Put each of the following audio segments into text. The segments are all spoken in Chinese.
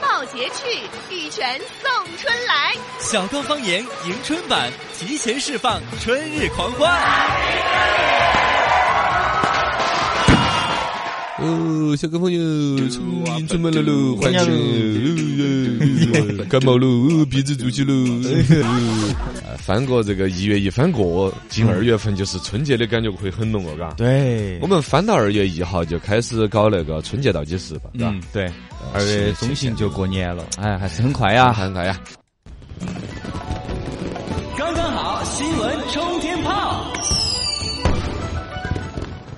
告节气，一拳送春来。小刚方言迎春版提前释放春日狂欢。哦，小刚朋友，春春满了喽，欢庆哦！感冒喽，哦鼻子堵起喽。啊翻过这个一月一翻过，进二月份就是春节的感觉会很浓了，嘎。对我，们翻到二月一号就开始搞那个春节倒计时吧，嘎。嗯，对，二月中旬就过年了，哎，还是很快呀。看看呀，刚刚好，新闻冲天炮。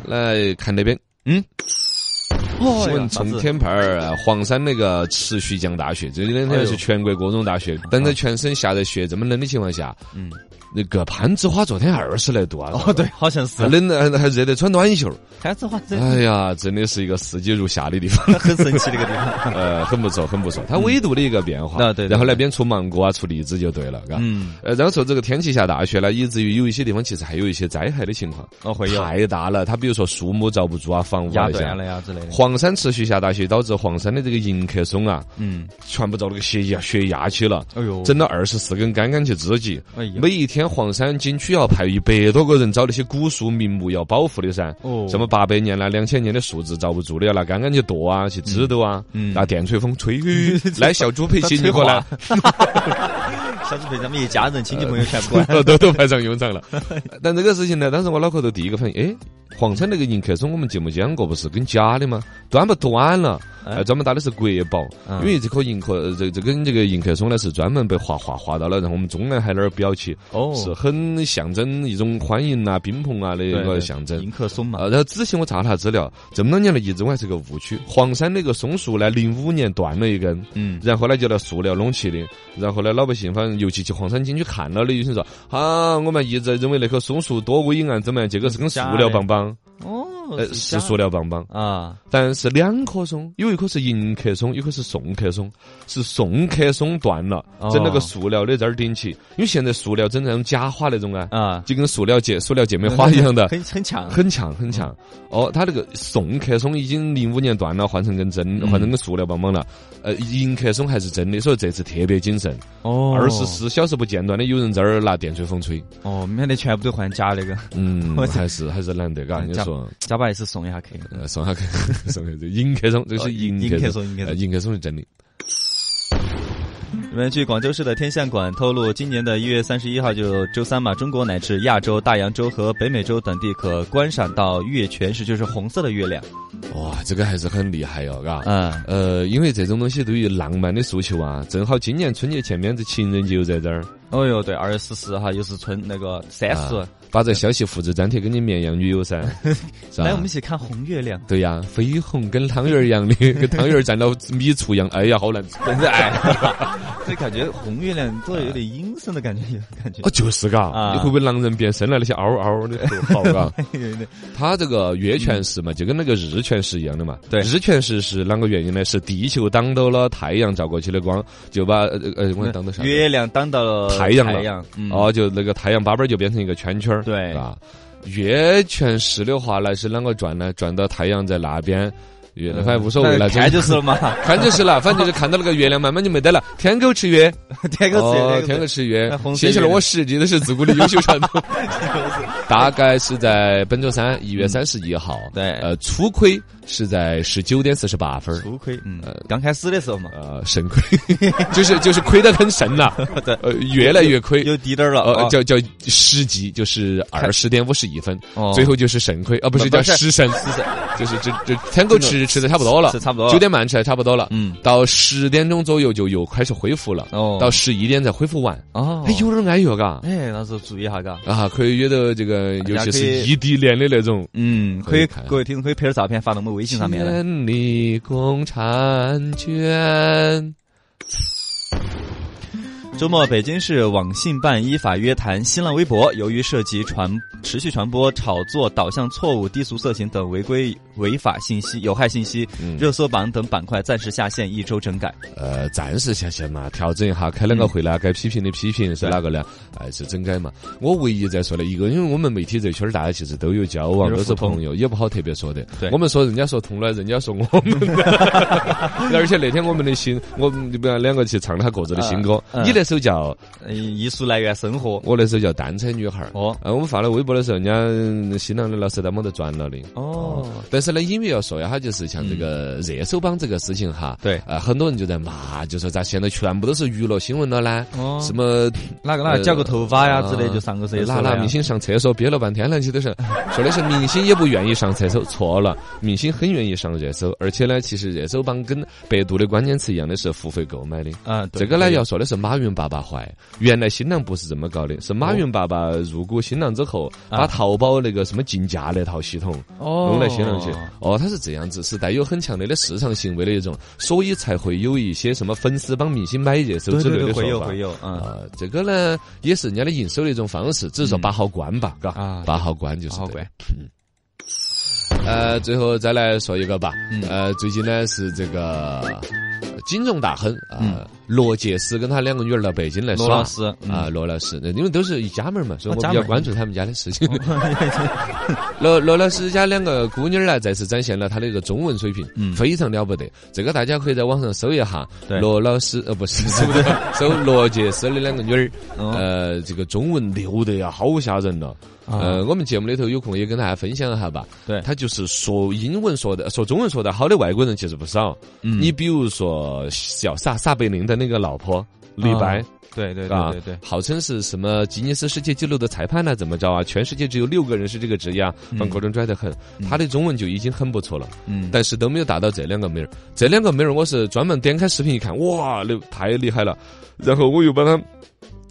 来看那边。哦哎新呀闻啥冲子天炮儿，呃黄山那个持续降大雪，这两哎天呦是全国各种大雪，但在全省下着雪这么冷的情况下，嗯，那个攀枝花昨天二十来度啊，哦，对，好像是 还冷的还还热得穿短袖儿，开始花真哎呀，真的是一个四季如夏的地方，很神奇的一个地方。 呃，很不错，很不错，它纬度的一个变化，啊对对然后那边出芒果啊，出荔枝就对了，嘎。嗯，呃，然后说这个天气下大雪呢，以至于有一些地方其实还有一些灾害的情况，哦会有太大了。它比如说树木遭不住啊，房屋压啊断像了呀之类的。黄山持续下大雪，导致黄山的这个迎客松啊，嗯，全部遭那个雪压雪压起了，哎呦，整了二十四根杆杆去支起。哎呀每一天黄山景区要派一百多个人找那些古树名木要保护的噻，哦什么八百年啦、两千年的树枝遭不住的，要拿杆杆去剁啊、去枝头啊，嗯拿电吹风 吹，来小猪佩奇你过来，小猪佩他们一家人亲戚朋友全部过来。 都都派上用场了。 但这个事情呢，当时我脑壳头第一个反应，哎，黄山那个迎客松我们节目讲过，不是跟假的吗？端不端了？呃，专门打的是国宝，嗯因为这棵迎客呃这这根这个迎客松呢是专门被划划划到了，然后我们中南海那儿标起，哦，是很象征一种欢迎啊、宾朋啊的一对个对象征。迎客松嘛啊，。然后之前我查了下资料，这么多年来一直我还是个误区。黄山那个松树呢，零五年断了一根，嗯，然后呢就拿塑料弄起的，然后呢老百姓反正尤其去黄山景区看了的，有些人说啊，我们一直认为那棵松树多伟岸，怎么样？结果是根塑料棒棒，哦呃，是塑料棒棒，啊，但是两棵松，有一棵是迎客松，有一棵是送客松，是送客松断了，哦整了个塑料的在这儿顶起，因为现在塑料整那种假花那种啊，啊，就跟塑料姐、塑料 姐妹花一样的。很很强。很强很强嗯哦，它那个送客松已经零五年断了，换成根真，嗯换成根塑料棒棒了。呃，迎客松还是真的，所以这次特别谨慎，哦，二十四小时不间断的有人在那儿拿电吹风吹。哦，免得全部都换假那个， 嗯我，哎还是还是难得，嘎，你假说，假把意思送一下客。呃，送 下客，送下客，迎客松，这哦是迎迎迎客松，松，迎客呃松。迎客松是真的。那么，据广州市的天象馆透哎露，今年的一月三十一号就周三嘛，中国乃至亚洲、大洋洲和北美洲等地可观赏到月全食，就是红色的月亮。哇，这个还是很厉害哟、嘎。嗯，呃，因为这种东西对于浪漫的诉求啊，正好今年春节前面这情人节又在这儿，哦哟，对，二月十四哈又是春那个三十，啊把这消息复制粘贴给你绵阳女 友噻，是吧来我们一起看红月亮。对呀，绯红跟汤圆儿一样的， 跟汤圆儿蘸了米醋一样，哎呀，好难 吃，真是哎，这感觉红月亮都有点阴森的感觉，有感觉哦，。就是嘎，啊你会不会狼人变身了？那些嗷嗷的头好 嘎， 有点它这个月全食嘛，就跟那个日全食一样的嘛。对日全食是啷个原因呢？是地球挡到了太阳照过去的光，就把呃呃，我挡到啥？月亮当到了太阳了太阳，嗯，哦，就那个太阳巴巴儿就变成一个圈圈儿，对啊。月全食的话呢，是啷个转呢？转到太阳在那边，月反正无所谓了，看就就是了嘛， 看就是了，反正就是看到那个月亮慢慢就没得了。天狗吃月， 天狗哦吃，，天狗吃月那红，色写下月了亮我实际的是自古的优秀传 统。 大概是在本周三一月三十一号，对呃，初亏是在十九点四十八分儿。初亏，嗯，刚开始的时候嘛，呃，肾亏， 就是就是亏得很深呐， 对呃，越来越亏，有滴点儿了，呃哦，叫叫十级，就是二十点五十一分哦，最后就是神亏啊，不是不叫不是 失神，就是这这天狗吃吃的差不多了吃，差不多了九点半吃的差不多了，嗯，到十点钟左右就又开始恢复了，哦到十一点再恢复完，哦，哎，有点安逸哦嘎。哎，那时候注意一下嘎。啊，可以约到这个，尤大家其可是以异地恋的那种。嗯，可以可以看，各位听众可以拍点照片发到我们微信上面来。千里共婵娟。周末，北京市网信办依法约谈新浪微博，由于涉及传持续传播、炒作导向错误、低俗色情等违规违法信息、有害信息、嗯热搜榜等板块暂时下线一周整改。呃，暂时下线嘛，调整一下，开两个会呢，该批评的批评是哪个呢？嗯哎，是整改嘛。我唯一在说的一个，因为我们媒体这圈儿大家其实都有交往，比都如是说普通朋友，也不好特别说的。对我们说人家说通了，人家说我 们的。而且那天我们的新，我们就不要两个去唱了他各自的新歌，嗯你那首叫，呃艺术来源生活。我那首叫《单车女孩》。哦呃，我们发了微博的时候，人家新郎的老师他没得转了的。哦，但是呢，因为要说一下，就是像这个热搜榜这个事情哈，对呃，很多人就在骂，就说咋现在全部都是娱乐新闻了呢？哦呃什么哪个哪个呃剪个头发呀之类啊就上个热搜哪了哪呀明星上厕所憋了半天了，你都是说的是明星也不愿意上厕所，错了，明星很愿意上热搜，而且呢，其实热搜榜跟百度的关键词一样的是付费购买的。啊，对这个呢，对要说的是马云爸爸坏。原来新浪不是这么搞的，是马云爸爸入股新浪之后，哦啊把淘宝那个什么竞价那套系统哦弄来新浪去。哦，他是这样子，是带有很强烈的市场行为的一种，所以才会有一些什么粉丝帮明星买热搜对之对类对，的会有说法会。有，嗯，啊，这个呢也是人家的营收的一种方式，只是说把好关吧，嘎、啊把好关就是好这乖样。，呃，最后再来说一个吧，嗯呃，最近呢是这个呃金融大亨啊、嗯罗杰斯跟他两个女儿到北京来罗耍老师啊，嗯罗老师，那因为都是一家门儿嘛，所以啊我家比较门儿哦关注他们家的事情。 罗罗老师家两个姑娘儿呢，再次展现了她的一个中文水平，嗯非常了不得。这个大家可以在网上搜一下，对罗老师呃不是搜 不到搜罗杰斯的两个女儿，哦呃，这个中文溜的呀，好吓人了。啊呃，我们节目里头有空也跟大家分享一下吧。对他就是说英文说的，说中文说的好的外国人其实不少。嗯你比如说小撒撒贝宁的那个老婆李白啊，对对啊，对对对，号称是什么吉尼斯世界纪录的裁判呢、怎么着啊？全世界只有六个人是这个职业啊，反国人拽得很。他的中文就已经很不错了，嗯，但是都没有达到这两个妹儿。这两个妹儿，我是专门点开视频一看，哇，那太厉害了！然后我又把它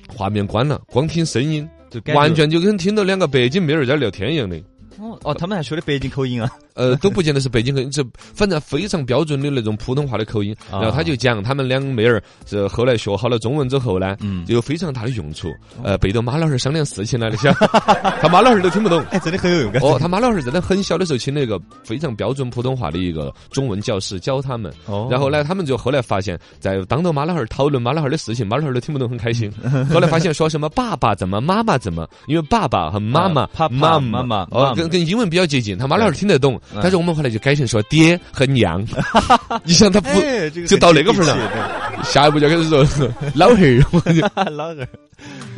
画面关了，光听声音，就感觉完全就跟听到两个北京妹儿在聊天一样的。哦哦，他们还学的北京口音啊，呃，都不见得是北京口音，这反正非常标准的那种普通话的口音。啊然后他就讲，他们两妹儿是后来学好了中文之后呢，嗯就有非常大的用处。呃，背到马老汉儿商量事情来了，想 他妈老汉儿都听不懂。哎，真的很有用感。哦，他妈老汉儿在他很小的时候请了一个非常标准普通话的一个中文教师教他们。哦然后呢，他们就后来发现，在当着马老汉儿讨论马老汉儿的事情，马老汉儿都听不懂，很开心。后来发现说什么爸爸怎么，妈妈怎么，因为爸爸和妈妈啊、，papa，妈妈妈哦， mom 跟跟英文比较接近，他马老汉儿听得懂，嗯但是我们后来就改成说爹和娘。你想他不，哎，这个就很到接那个地份儿气了，下一步就开始说老汉儿，我就对 老二，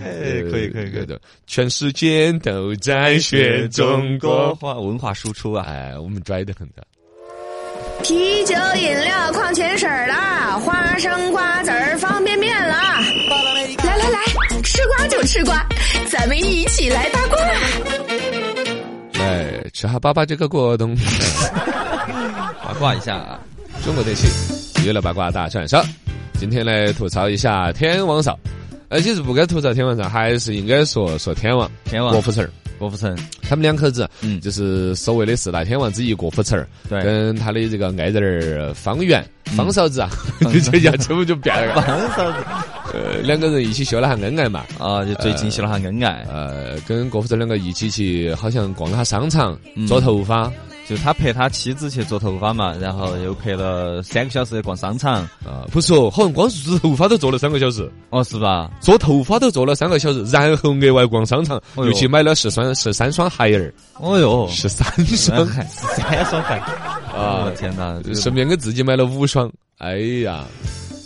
哎，可以可以可对以，的，全世界都在学中国。话文化输出啊，哎，我们拽得很的。啤酒、饮料、矿泉水啦，花生、瓜子儿、方便面啦。来来来，吃瓜就吃瓜，咱们一起来八卦。来吃下粑粑这个果冻，八卦一下啊，中国电信娱乐八卦大串烧。今天来吐槽一下天王嫂。呃，其实不该吐槽天王嫂，还是应该说说天王天王郭富城儿。郭富城，他们两口子，嗯就是所谓的四大天王之一郭富城儿，对跟他的这个爱人儿方圆方嫂子啊，就这样，这不就变 了个？王嫂子呃，两个人一起学了下恩爱嘛， 啊，就最近起了下恩爱，呃，跟郭富城两个一起去，好像逛了下商场，嗯做头发，就他陪他妻子去做头发嘛，然后又陪了三个小时逛商场，啊，不是哦，好像光是做头发都做了三个小时，哦，是吧？做头发都做了三个小时，然后额外逛商场，哎呦又去买了十双十三双鞋儿，哦哟，十三双还三双还，啊我天哪，这顺便给自己买了五双。哎呀，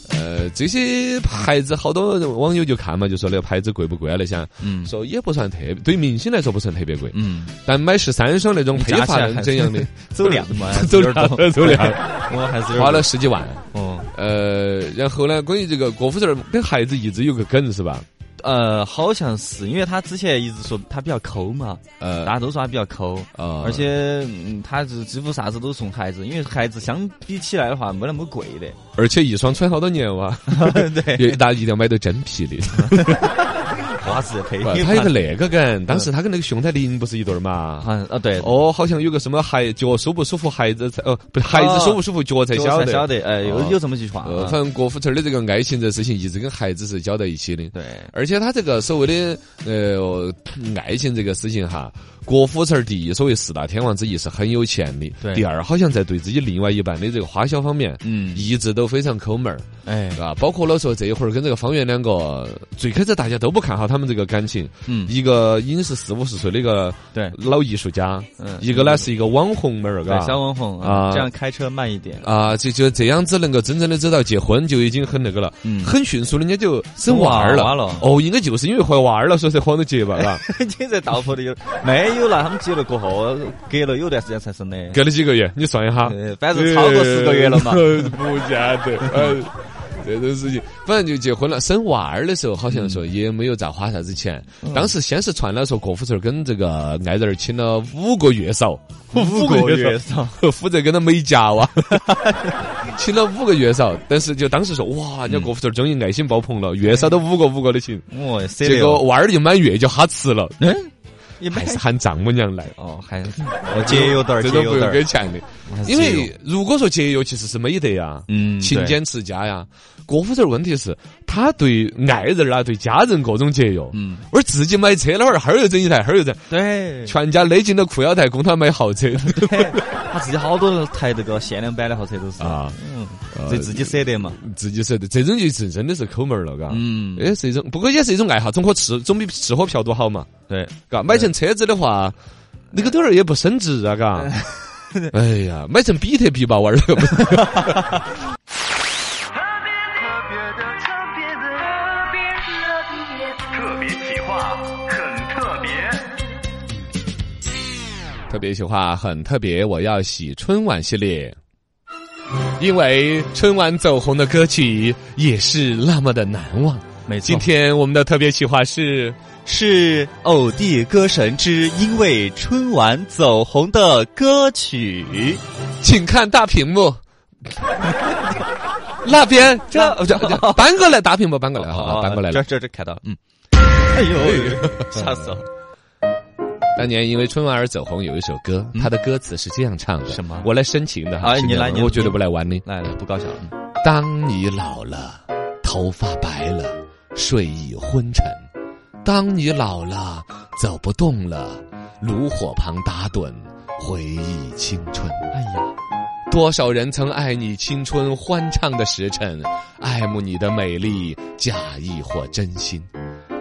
呃，这些牌子好多人网友就看嘛，就说那个牌子贵不贵啊？那些，嗯说也不算特别，对明星来说不算特别贵，嗯，但买十三双那种 配加起发来的还怎样的，走量嘛，还是走有点量多走量，我还是有点多花了十几万。哦，呃，然后呢，关于这个郭富城儿跟孩子一直有个梗是吧？呃，好像是因为他之前一直说他比较抠嘛，呃大，家都说他比较抠。呃而且，嗯，他是几乎啥子都送孩子，因为孩子相比起来的话，没那么贵的。而且一双穿好多 年哇， 对，越大一定要买到真皮的。花式 配哇他有 个那个梗，当时他跟那个熊黛林不是一对儿嘛？好像啊，对，哦，好像有个什么孩脚舒不舒服，孩子才哦，不是孩子舒不舒服， 脚才晓晓得。晓得，哎，有哦有这么句话啊，呃，反正郭富城儿的这个爱情这事情，一直跟孩子是搅在一起的。对，而且他这个所谓的呃爱情这个事情哈，郭富城第一所谓四大天王之一是很有钱的，对第二好像在对自己另外一半的这个花销方面，嗯一直都非常抠门儿。哎，啊，包括老说这一会儿跟这个方圆两个，最开始大家都不看好他们这个感情。嗯一个已经是四五十岁的一个对老艺术家，嗯一个呢是一个网红妹儿，对嘎，小网红啊这样开车慢一点， 啊，就就这样子能够真正的走到结婚，就已经很那个了，嗯很迅速，人家就生娃儿生娃了。了哦，应该就是因为怀娃儿了，所以才晃到结巴， 嘎，你在道铺里有没有了？他们结了过后，隔了有段时间才生的，隔了几个月，你算一下，呃反正超过十个月了嘛。呃 不见得，呃，这种事情，反正就结婚了。生娃儿的时候，好像说也没有咋花啥子钱。嗯当时先是传了说郭富城跟这个爱人儿请了五个月嫂，五呃个个月月嫂，负责跟他美甲哇， 请了五个月嫂。但是就当时说，哇，人家郭富城终于爱心爆棚了，月嫂都五个五个的请。我塞结果了，娃儿一满月就哈 吃了，嗯，也没还是喊丈母娘来。哦，还我节约点儿，这节都不约点用给儿，钱的还，是因节为约如果说节约其实是啊美德呀，嗯勤对俭持家呀。郭富城问题是，他对爱人啊，对家人各种节约，嗯，而自己买车那会儿，哈儿又整一台，哈儿又整，对，全家勒紧了裤腰带供他买豪车对他自己好多台这个限量版的豪车都是，啊，嗯，这自己舍得嘛， 自己舍得，这种就是真的是抠门儿了，嘎。嗯也是一种，不过也是一种爱好，总和吃总比吃喝嫖赌好嘛，对，嘎。买成车子的话，那个点儿也不升值啊，嘎。 哎呀，买成比特币吧，玩儿那个不特别的，特别的，特别的，特别企划，很特别。特别企划很特别，我要洗春晚系列，因为春晚走红的歌曲也是那么的难忘。没错今天我们的特别企划是是偶地歌神之因为春晚走红的歌曲，请看大屏 幕。那边这这这搬过来，大屏幕搬过来，好，搬过来这了。哦这这看到了，嗯，哎呦， 吓死了，当年因为春晚而走红，有一首歌，它的歌词是这样唱的：什么嗯我来深情的哈，哎是这样你来的你来我绝对不来玩的。来来不啊搞笑了，当你老了，头发白了，睡意昏沉；当你老了，走不动了，炉火旁打盹，回忆青春。哎呀，多少人曾爱你青春欢畅的时辰，爱慕你的美丽，假意或真心。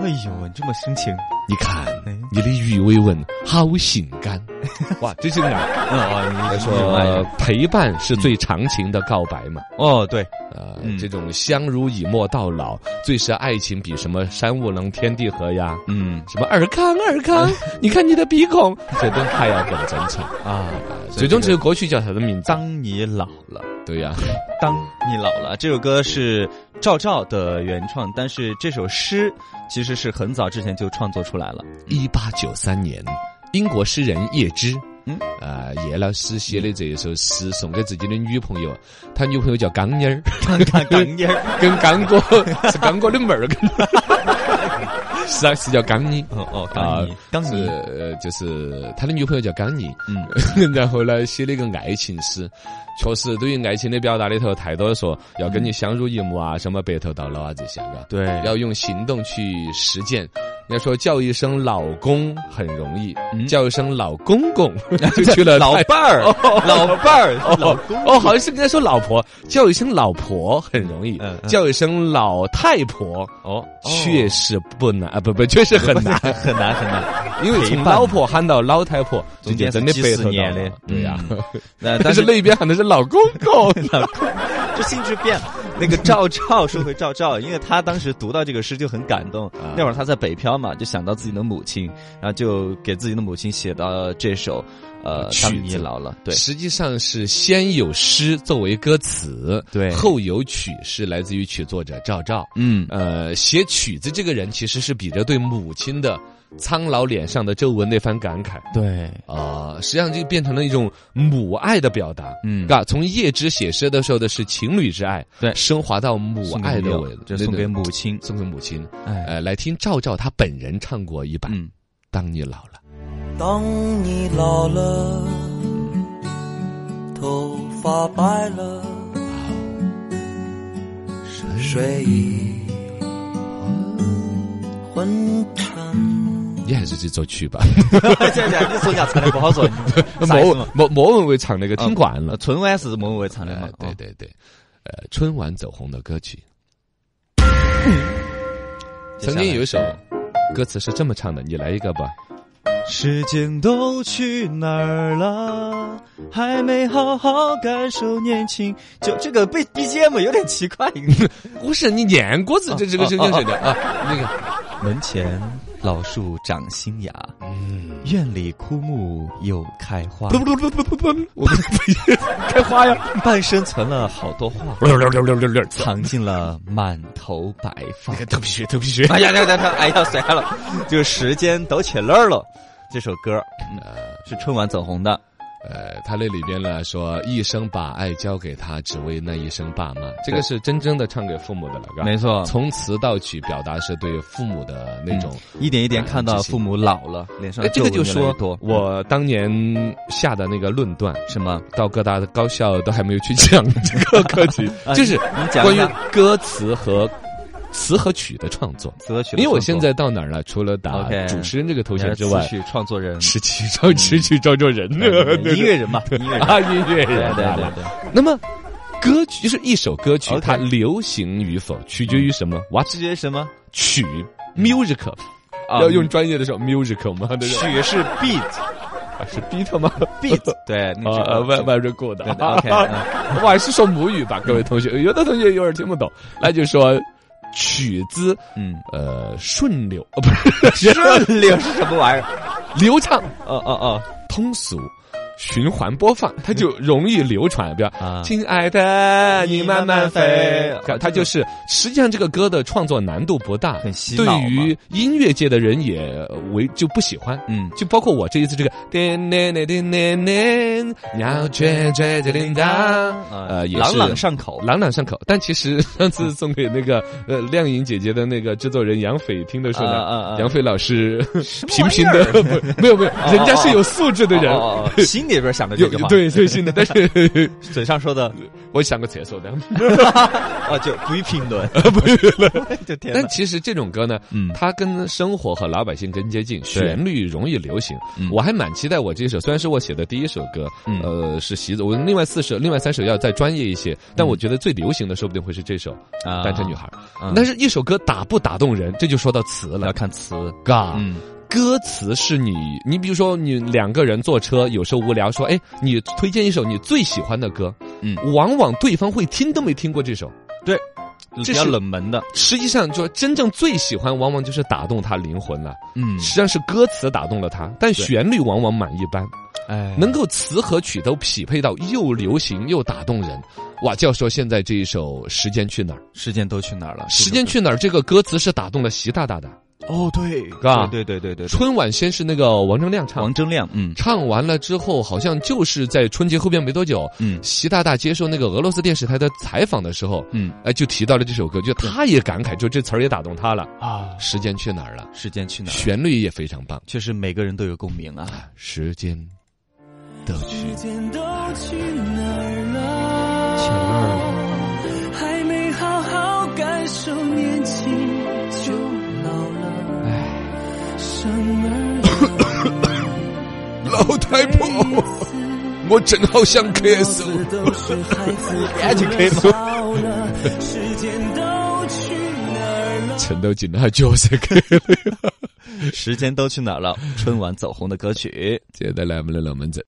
哎呦，你这么深情，你看哎，你的鱼尾纹好性 感，哇，这 是哪？嗯哦，你说呃陪伴是最长情的告白嘛？哦，对，呃，嗯这种相濡以沫到老，最是爱情，比什么山无棱天地合呀，嗯什么尔康尔康， 你看你的鼻孔，啊这都还要更真 诚。啊，最终这个歌曲叫啥子名字？当你老了。对呀，当你老了，这首歌是赵照的原创，但是这首诗其实是很早之前就创作出来了。一八九三年，英国诗人叶芝，嗯嗯，呃，叶老师写的这一首诗送给自己的女朋友，他女朋友叫刚妮儿。当 当当妮儿，跟刚哥 是刚哥的妹儿跟， 是啊，是叫刚妮。 哦哦，啊当你当是你，呃，就是他的女朋友叫刚妮，嗯， 然后呢写了一个爱情诗，确实对于爱情的表达里头，太多说要跟你相濡以沫啊，什么白头到老啊这些个，嗯对，要用行动去实践。人家说叫一声老公很容易，嗯叫一声老公 公就去了老伴儿，呃哦老伴儿，老哦哦，好像是跟他说老婆，叫一声老婆很容易，嗯嗯叫一声老太婆哦，确实不难啊，不不，确实很难，很难很难。 因为从陪伴老婆喊到老太婆，这就真的中白头间是几十到年老的了，对呀。 那但但是是那一边喊的是老公公， 老公，这性质变了。那个赵照说回赵照，因为他当时读到这个诗就很感动。那会儿他在北漂嘛，就想到自己的母亲，然后就给自己的母亲写到这首呃《曲子当你老了》。对，实际上是先有诗作为歌词，对后有曲是来自于曲作者赵照。嗯，呃，写曲子这个人其实是比着对母亲的苍老脸上的皱纹那番感慨。对，啊、实际上就变成了一种母爱的表达。嗯嘎，从叶芝写诗的时候的是情侣之爱，对升华到母送给哦爱女的儿伟，就对送对给母亲。送给母亲。 哎，呃，来听赵照他本人唱过一版《嗯，当你老了当你老了，头发白了，睡意昏沉。你还是去作曲 吧。这这，你说人家唱的不好说， 啥意思 莫嘛？莫莫文蔚唱那个听惯了。春晚是莫文蔚唱的嘛哎？对对对，呃，春晚走红的歌曲，嗯哦，曾经有一首歌词是这么唱的，你来一个吧。时间都去哪儿了？还没好好感受年轻。就这个被 BGM 有点奇怪。不是你演过这这这个这个谁的啊？那个门前老树长新芽，嗯院里枯木又开花。不不不不不不不，我开花呀！半生存了好多话，六六六六六六，操！藏进了满头白发。头皮屑，头皮屑。哎呀呀呀呀！哎呀，算了，就时间都起泪儿了。这首歌嗯是春晚走红的，呃，他那里边呢说，一生把爱交给他，只为那一声爸妈。这个是真正的唱给父母的了，嘎没错从词到曲表达是对父母的那种。一点一点看到嗯父母老了，脸上哎，这个就皱纹越来说越多我当年下的那个论断，什么？到各大的高校都还没有去讲这个歌 曲，啊就是你讲关一于下歌词和词和曲的创作。词和曲的创作，因为我现在到哪儿了，除了打 OK 主持人这个头我衔是之外，曲创作 人、呃词曲造词曲造作人， 音乐人嘛，音乐人，啊，音乐对人，对对对，那么，歌曲就是一首歌曲， OK 它流行与否取决于什么？what 啊这些什么？曲 music 啊嗯要用专业的说 music 吗？对不对曲是 beat 啊是 beat 吗？ beat，对，那 啊是啊，外外瑞过的对对，OK，嗯 我还是说母语吧，各位同学，有的同学有点听不懂，那就说曲子 嗯，呃顺流 哦，不 是顺溜是什么玩意儿？ 流畅哦哦哦，通俗。循环播放，它就容易流传，比如啊亲爱的，你慢慢飞哦这个，它就是实际上这个歌的创作难度不大，很洗脑对嘛于音乐界的人也为就不喜欢，嗯，就包括我这一次这个叮叮叮叮叮叮，鸟雀雀叮叮当，呃，嗯也朗是朗上口，朗朗上口。但其实上次送给那个呃亮颖姐姐的那个制作人杨斐听的时候啊啊呢啊，杨斐老师么平平的，不没有没有，人家是有素质的人，哦 哦哦心里边想的这有句话，，对最新的，但是嘴上说 的，我想个厕所的。哦，就不予评论，呃不予评论， 就天但哪，其实这种歌呢，嗯它跟生活和老百姓更接近，旋律容易流行。我还蛮期待我这首，虽然是我写的第一首歌，嗯呃，是习子，我另外四首、另外三首要再专业一些，但我觉得最流行的说不定会是这首嗯啊《哎单身女孩》嗯但是一首歌打不打动人，这就说到词了要。看词，嘎，嗯歌词是你，你比如说你两个人坐车，有时候无聊说，哎，你推荐一首你最喜欢的歌，嗯，往往对方会听都没听过这首。对，这比较是冷门的，实际上，就真正最喜欢，往往就是打动他灵魂了。嗯实际上是歌词打动了他，但旋律往往满一般，哎，能够词和曲都匹配到，又流行又打动人。哇，就要说现在这一首《时间去哪儿》，时间都去哪儿了？ 《时间去哪儿》这个歌词是打动了习大大的。哦，对，吧对对对对对，春晚先是那个王铮亮唱王。铮亮，嗯唱完了之后，好像就是在春节后边没多久，嗯习大大接受那个俄罗斯电视台的采访的时候，嗯哎，就提到了这首歌，就他也感慨，就这词儿也打动他了。啊，时间去哪儿了？时间去哪儿了？旋律也非常棒。确实每个人都有共鸣啊。时间都去时间都去哪儿前面了？儿还没好好感受年轻就老了，哎，什么老太婆，我正好想咳嗽。都是孩子，赶紧开都老了，时间都去哪儿了？陈啊豆进他角色咳。时间都去哪儿了？春晚走红的歌曲。接下来我们的冷门子。